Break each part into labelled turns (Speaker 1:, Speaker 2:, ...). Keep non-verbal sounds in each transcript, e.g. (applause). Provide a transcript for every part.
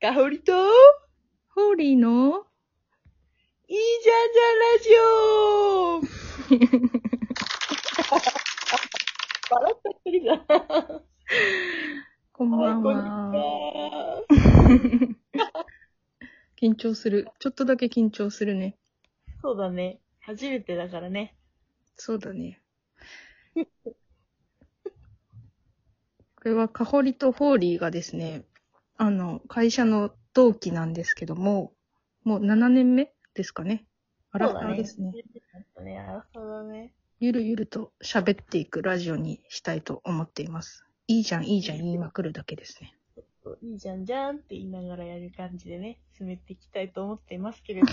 Speaker 1: かほりと、
Speaker 2: ホーリーの
Speaker 1: いいじゃんじゃんラジオ笑った一人だ。
Speaker 2: こん
Speaker 1: こ
Speaker 2: ばん
Speaker 1: にち
Speaker 2: は。
Speaker 1: は。
Speaker 2: 緊張する。ちょっとだけ緊張するね。
Speaker 1: そうだね。初めてだからね。
Speaker 2: そうだね。
Speaker 1: (laughs)
Speaker 2: これはカホリとホーリーがですね、あの、会社の同期なんですけども、もう7年目ですかね。アラフ
Speaker 1: そう
Speaker 2: ァ
Speaker 1: だ
Speaker 2: ーですね。
Speaker 1: そうだね、あらそうだね。
Speaker 2: ゆるゆると喋っていくラジオにしたいと思っています。いいじゃん、いいじゃん言いまくるだけですね。
Speaker 1: いいじゃんじゃんって言いながらやる感じでね、進めていきたいと思っていますけれども。
Speaker 2: (laughs)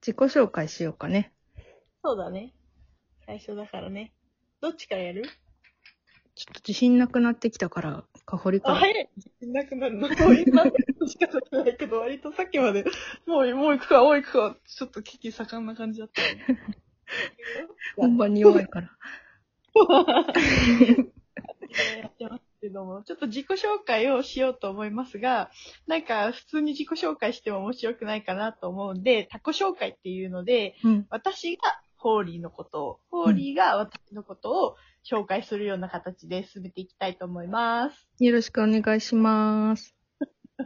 Speaker 2: 自己紹介しようかね。
Speaker 1: そうだね。最初だからね。どっちからやる
Speaker 2: ちょっと自信なくなってきたから、かほりか
Speaker 1: あ、
Speaker 2: ら。
Speaker 1: 早い。なくなるの。もう今しか経ってないけど、割とさっきまで、もう、もう行くわ、もう行くわ、ちょっと危機盛んな感じだったよね。
Speaker 2: 本番に弱いから。
Speaker 1: やってますけども、ちょっと自己紹介をしようと思いますが、なんか普通に自己紹介しても面白くないかなと思うんで、他己紹介っていうので、
Speaker 2: うん。
Speaker 1: 私がホーリーのことを、ホーリーが私のことを紹介するような形で進めていきたいと思います。
Speaker 2: よろしくお願いします。
Speaker 1: で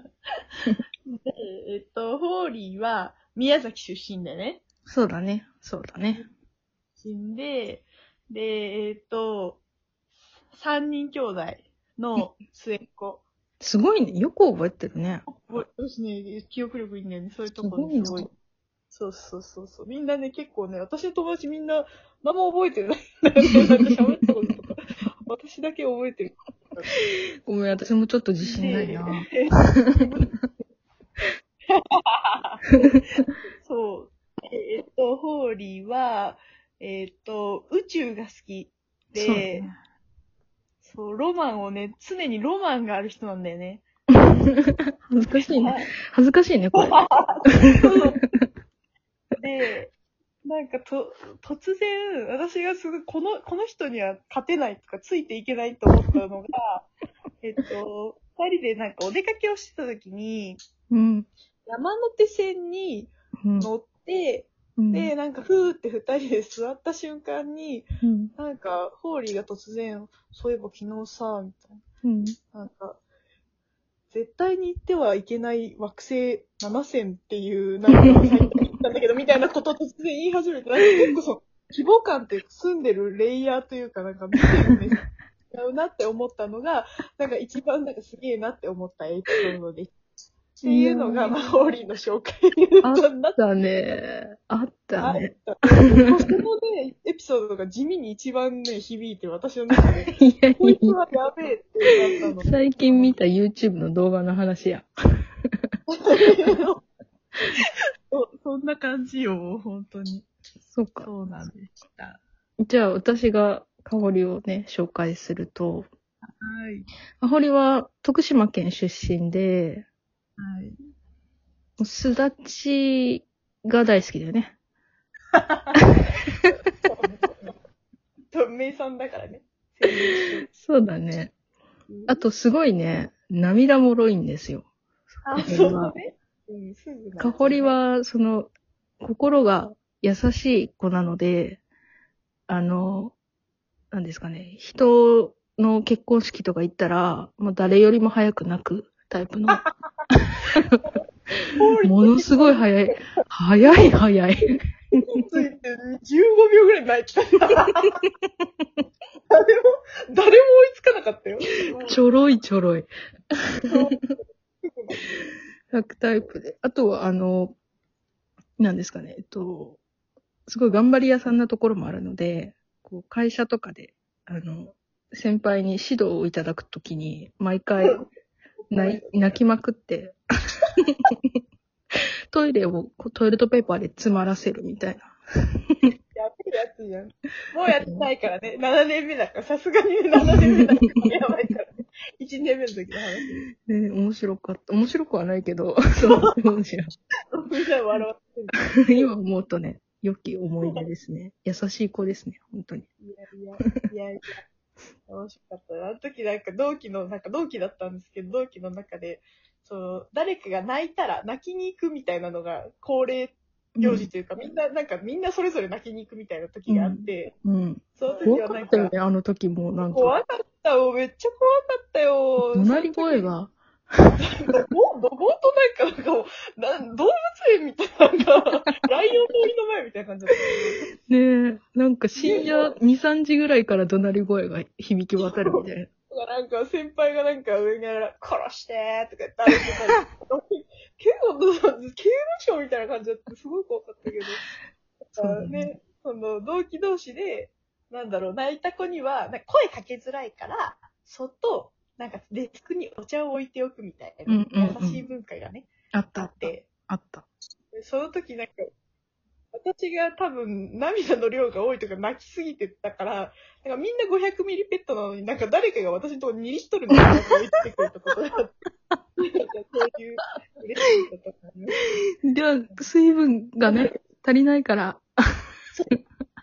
Speaker 1: えっと、ホーリーは宮崎出身でね。
Speaker 2: そうだね。そうだね。
Speaker 1: 出身で、で、えっと、三人兄弟の末っ子。
Speaker 2: すごいね。よく覚えてるね。
Speaker 1: 私ね、記憶力いいんだよね。そういうとこ
Speaker 2: すごい
Speaker 1: ろ
Speaker 2: な
Speaker 1: すごい。そうそうそうそう。みんなね、結構ね、私の友達みんな、何も覚えてないんだよね。なんか喋ったこととか。私だけ覚えてる。
Speaker 2: ごめん、私もちょっと自信ないな。
Speaker 1: (laughs) そう。えーっと、ホーリーは、えーっと、宇宙が好きで、
Speaker 2: そうだね
Speaker 1: そう、ロマンをね、常にロマンがある人なんだよね。
Speaker 2: 恥ずかしいね。
Speaker 1: はい
Speaker 2: 恥ずかしいね、これ。
Speaker 1: で、なんかと、突然、私がすごい、この、この人には勝てないとか、ついていけないと思ったの (laughs) が、えっと、二人でなんかお出かけをしてた時に、
Speaker 2: うん。
Speaker 1: 山手線に
Speaker 2: うん。
Speaker 1: 乗って、
Speaker 2: うん
Speaker 1: で、なんか、ふーって二人で座った瞬間に、
Speaker 2: うん。
Speaker 1: なんか、ホーリーが突然、そういえば昨日さ、みたい
Speaker 2: うん。
Speaker 1: な。なんか、絶対に行ってはいけない惑星7選っていう、なんか、なんだけど、みたいなことを突然言い始めて、なんか結構そう、規模感っていうか住んでるレイヤーというか、なんか見てるんです。違うなって思ったのが、なんか一番なんかすげえなって思ったエピソードで。っていうのが、まあ、ホーリーの紹介だったなっ
Speaker 2: だね。あったね。
Speaker 1: あった。そのね、エピソードが地味に一番ね、響いて、私の中で、
Speaker 2: いやい
Speaker 1: こいつ
Speaker 2: や
Speaker 1: はやべえってなったの。
Speaker 2: 最近見た YouTube の動画の話や。
Speaker 1: (laughs) そそんな感じよ、本当に。
Speaker 2: そうか。
Speaker 1: そうなんでした。
Speaker 2: じゃあ、私が香りをね、紹介すると、
Speaker 1: はい。
Speaker 2: 香りは徳島県出身で、
Speaker 1: はい。
Speaker 2: もうすだちが大好きだよね。
Speaker 1: と、名産だからね。
Speaker 2: そうだね。あと、すごいね、涙もろいんですよ。
Speaker 1: あ、そうね。うん、すぐ
Speaker 2: 香り、は、その、心が優しい子なので、あの、なんですかね、人の結婚式とか行ったら、もう誰よりも早く泣くタイプの、ものすごい早い、早い早い。
Speaker 1: ついて15秒ぐらい泣いてた。 (laughs) 誰も、誰も追いつかなかったよ。
Speaker 2: ちょろいちょろい。
Speaker 1: そう
Speaker 2: 楽タイプで。あとは、あの、なんですかね、えっと、すごい頑張り屋さんなところもあるので、こう、会社とかで、あの、先輩に指導をいただくときに、毎回泣い、泣きまくって、 (laughs) トイレをこうトイレットペーパーで詰まらせるみたいな。
Speaker 1: やってるやつじゃん。もうやってないからね。7年目だから、さすがにね、7年目だから、やばいからね。1年目の時の話。
Speaker 2: ね、面白かった。面白くはないけど、 (laughs) そう、面白い
Speaker 1: みんな笑ってる。
Speaker 2: 今思うとね、良き思い出ですね。優しい子ですね、本当に。
Speaker 1: いやいや、いやいや。楽しかったな。あの時なんか同期の、なんか同期だったんですけど、同期の中で、その、誰かが泣いたら泣きに行くみたいなのが恒例行事というか、みんな、なんかみんなそれぞれ泣きに行くみたいな時があって、
Speaker 2: うん。
Speaker 1: その時
Speaker 2: 怖
Speaker 1: は
Speaker 2: か
Speaker 1: なん
Speaker 2: ったよ
Speaker 1: か、
Speaker 2: ね、あの時も。なん
Speaker 1: 怖
Speaker 2: か。
Speaker 1: かったよ。めっちゃ怖かったよ。
Speaker 2: 怒鳴り声が。
Speaker 1: どぼ、どぼんとなんか、なんか、なん動物園みたいな、なんか、ライオン通りの前みたいな感じだった
Speaker 2: ねえ、なんか深夜2、3時ぐらいから怒鳴り声が響き渡るみたいな。
Speaker 1: けど。なんか、先輩がなんか上にら、殺してーとか言って歩いてたり、結構、刑務所みたいな感じだって、すごい怖かったけど。
Speaker 2: そうだね
Speaker 1: ね、その、同期同士で、なんだろう、泣いた子には、なんか声かけづらいから、そっと、なんかデスクにお茶を置いておくみたいな、
Speaker 2: うんうんうん
Speaker 1: 優しい文化がね、
Speaker 2: あっ
Speaker 1: (laughs)
Speaker 2: た
Speaker 1: あ
Speaker 2: あ
Speaker 1: っ
Speaker 2: った。
Speaker 1: て、
Speaker 2: あった。
Speaker 1: でその時なんか、私が多分涙の量が多いとか泣きすぎてたから、なんかみんな500ミリペットなのになんか誰かが私のところに2リットルの水を置いてくれたことがあって、なんかそういう嬉しいことがね。
Speaker 2: では、水分がね、足りないから、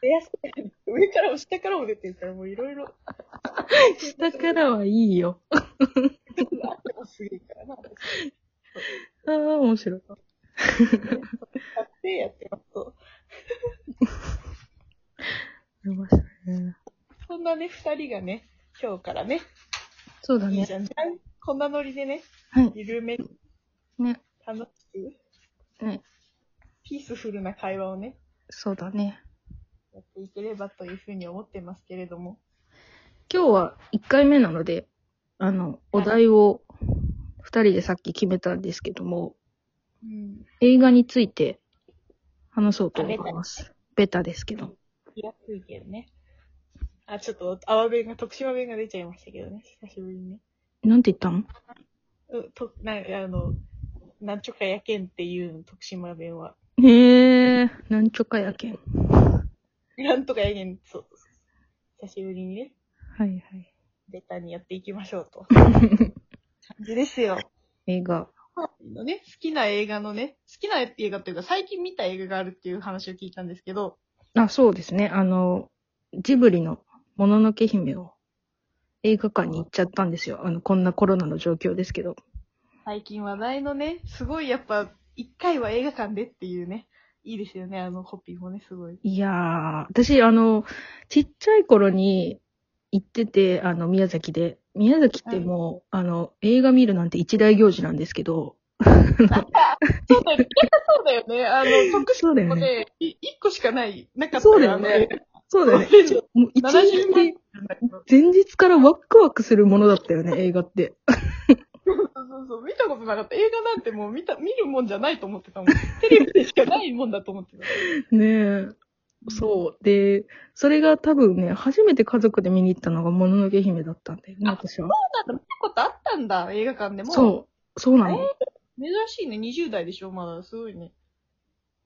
Speaker 1: 出やすくなる上からも下からも出てるからもういろいろ。
Speaker 2: 下からはいいよ。
Speaker 1: すげえからな。
Speaker 2: ああ、面白い。
Speaker 1: やってやってますと。
Speaker 2: ありましたね。
Speaker 1: そんなね、二人がね、今日からね、
Speaker 2: そうだ
Speaker 1: いい
Speaker 2: ね
Speaker 1: じ。ゃんじゃん。こんなノリでね、
Speaker 2: はい。
Speaker 1: 緩め、
Speaker 2: ね。
Speaker 1: 楽しく、
Speaker 2: ね。
Speaker 1: ピースフルな会話をね、
Speaker 2: そうだね。
Speaker 1: やっていければというふうに思ってますけれども。
Speaker 2: 今日は1回目なので、あの、お題を2人でさっき決めたんですけども、
Speaker 1: うん。
Speaker 2: 映画について話そうと思います。ベタですけど。
Speaker 1: 気がついてるね。あ、ちょっと、泡弁が、徳島弁が出ちゃいましたけどね、久しぶりにね。
Speaker 2: なんて言ったん
Speaker 1: う、と、なんかあの、なんちょかやけんっていうの、徳島弁は。
Speaker 2: へえ、なんちょかやけん。は
Speaker 1: なんとかやけん、そうそうそう。久しぶりにね、
Speaker 2: いはい。
Speaker 1: ベタにやっていきましょうと。感じですよ。
Speaker 2: (laughs) 映画。
Speaker 1: (laughs) のね、好きな映画のね、好きな映画というか、最近見た映画があるっていう話を聞いたんですけど、
Speaker 2: あ、そうですね。あの、ジブリのもののけ姫を映画館に行っちゃったんですよ。あの、こんなコロナの状況ですけど。
Speaker 1: 最近話題のね、すごいやっぱ、一回は映画館でっていうね、いいですよね、あのコピーもね、すごい。
Speaker 2: いやー、私、あの、ちっちゃい頃に行ってて、あの、宮崎で。宮崎ってもう、あの、映画見るなんて一大行事なんですけど。
Speaker 1: そうだよね、そうだよね、あの、特
Speaker 2: そうだ
Speaker 1: 集
Speaker 2: よ
Speaker 1: も
Speaker 2: ね。
Speaker 1: ね、い一個しかない、なかった
Speaker 2: そうだよね。。そうだよね。もう一
Speaker 1: 70
Speaker 2: 日
Speaker 1: 年
Speaker 2: で、前日からワクワクするものだったよ (laughs) ね、映画って。
Speaker 1: そうそうそう、見たことなかった。映画なんてもう見た、見るもんじゃないと思ってたもん。テレビでしかないもんだと思ってた。
Speaker 2: ねえ。そう。で、それが多分ね、初めて家族で見に行ったのがもののけ姫だったんだよね、
Speaker 1: あ
Speaker 2: 私は。
Speaker 1: そうなんだ、見たことあったんだ、映画館でも。
Speaker 2: そう。そうなの。
Speaker 1: 珍しいね。20代でしょまだ。すごいね。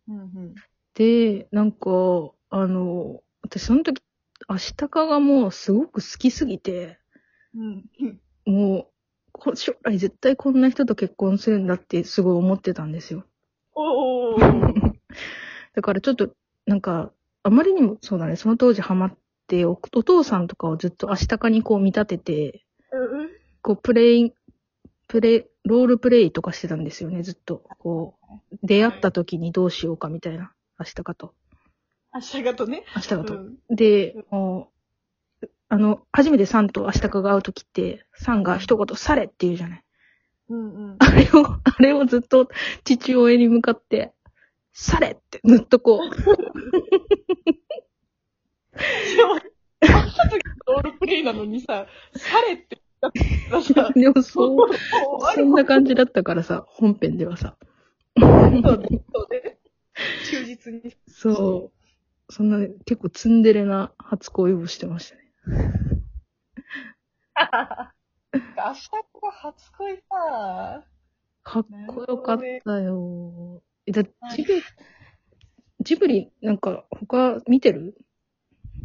Speaker 1: うんうん。
Speaker 2: で、なんか、あの、私その時、アシタカがもうすごく好きすぎて、
Speaker 1: うん。
Speaker 2: もう、こ将来絶対こんな人と結婚するんだってすごい思ってたんですよ。
Speaker 1: (laughs) おー。
Speaker 2: だからちょっと、なんか、あまりにも、そうだね、その当時ハマって、おお父さんとかをずっとアシタカにこう見立てて、こう、プレイン、プレイ、ロールプレイとかしてたんですよね、ずっと。こう、出会った時にどうしようかみたいな。明日かと。
Speaker 1: 明日がとね。
Speaker 2: 明日
Speaker 1: う
Speaker 2: かと。
Speaker 1: ん。
Speaker 2: で、もう、あの、初めてサンと明日かが会う時って、サンが一言、されって言うじゃない。
Speaker 1: うんうん。
Speaker 2: あれを、あれをずっと父親に向かって、されってずっとこう、
Speaker 1: ロールプレイなのにさ、されって言ったらさ、
Speaker 2: でもそう、そんな
Speaker 1: じ。
Speaker 2: 感じだったからさ、本編ではさ。
Speaker 1: そうねそうね。忠実に。
Speaker 2: そう。そんな、結構ツンデレな初恋をしてましたね。
Speaker 1: 明日が初恋さ。
Speaker 2: かっこよかったよ。えだジブリ、ジブリ、なんか他見てる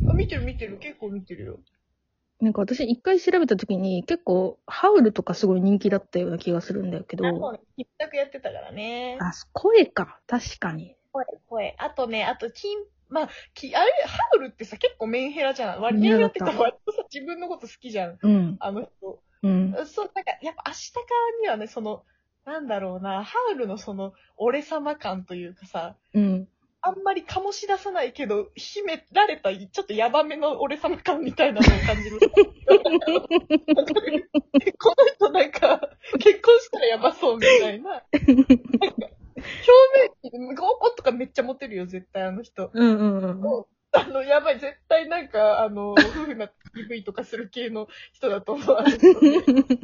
Speaker 1: あ、見てる見てる。結構見てるよ。
Speaker 2: なんか私一回調べた時に結構ハウルとかすごい人気だったような気がするんだけ
Speaker 1: あ、そう
Speaker 2: ど、
Speaker 1: ね。一択やってたからね。
Speaker 2: あ、声か。確かに。
Speaker 1: 声、声。あとね、あと、金まあ、き、あれ、ハドルってさ、結構メンヘラじゃん。割メンヘラってさ、
Speaker 2: メンヘラ
Speaker 1: 割とさ、自分のこと好きじゃん。
Speaker 2: うん。
Speaker 1: あの人。
Speaker 2: うん。
Speaker 1: そう、なんか、やっぱ、明日からにはね、その、なんだろうな、ハウルのその、俺様感というかさ、
Speaker 2: うん。
Speaker 1: あんまり醸し出さないけど、秘められた、ちょっとヤバめの俺様感みたいなのを感じる。わかるこの人なんか、結婚したらヤバそうみたいな。なんか表面に、合コンとかめっちゃモテるよ、絶対あの人。
Speaker 2: うんうんうん。
Speaker 1: あの、やばい、絶対なんか、あの、夫婦になって PV とかする系の人だと思う。あの人そうそうなんか、明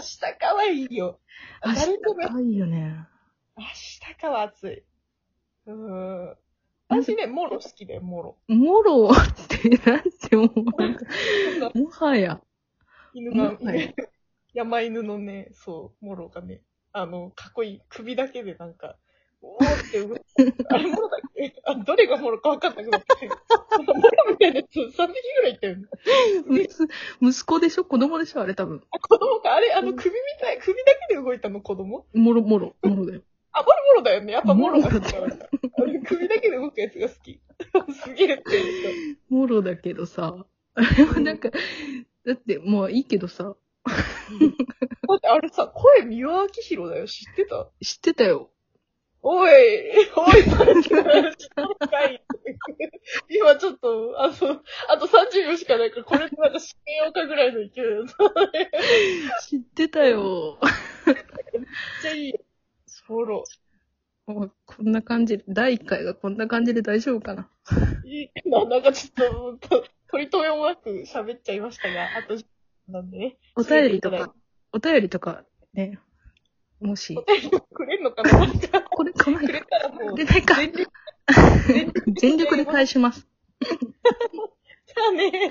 Speaker 1: 日かはいいよ。
Speaker 2: 明
Speaker 1: 誰
Speaker 2: 日
Speaker 1: とも、
Speaker 2: かいいよね。
Speaker 1: 明日かは暑い。うーん。私ね、モロ好きだよ、モロ。
Speaker 2: もろって、なんて思う。もはや。
Speaker 1: 犬が、
Speaker 2: うんはい
Speaker 1: 山犬のね、そう、モロがね、あの、かっこいい。首だけでなんか、おーって動く。あれ、モロだっけあ、どれがモロかわかんなくなって。モロみたいなやつ、3匹ぐらいいったよね。
Speaker 2: むす (laughs) 息子でしょ子供でしょあれ多分。
Speaker 1: あ子供か、あれ、あの、首みたい、首だけで動いたの、子供
Speaker 2: もろもろ、もろだよ。
Speaker 1: あ、モロモロだよね。やっぱモロが好きだから。あの首だけで動くやつが好き。 (laughs) すげえって
Speaker 2: もろだけどさ。あれはなんか、だってもういいけどさ。
Speaker 1: だってあれさ、声三輪明宏だよ。知ってた
Speaker 2: 知ってたよ。
Speaker 1: おい、おい、それ知らない今ちょっと、あの、あと30秒しかないから、これでなんか締めようかぐらいの勢いだと。
Speaker 2: 知ってたよ。
Speaker 1: めっちゃいいよ。モロ。
Speaker 2: もうこんな感じ、第1回がこんな感じで大丈夫かな。
Speaker 1: いいかな、なんかちょっと、取り留めもなく喋っちゃいましたが、あと、なんでね。
Speaker 2: お便りとか、お便りとかね、もし
Speaker 1: お、便りくれんのか (laughs) ななんか
Speaker 2: これかわい
Speaker 1: くれたらもう
Speaker 2: 出。ないか。
Speaker 1: 全力、全力
Speaker 2: (laughs) 全力で返します。
Speaker 1: だね。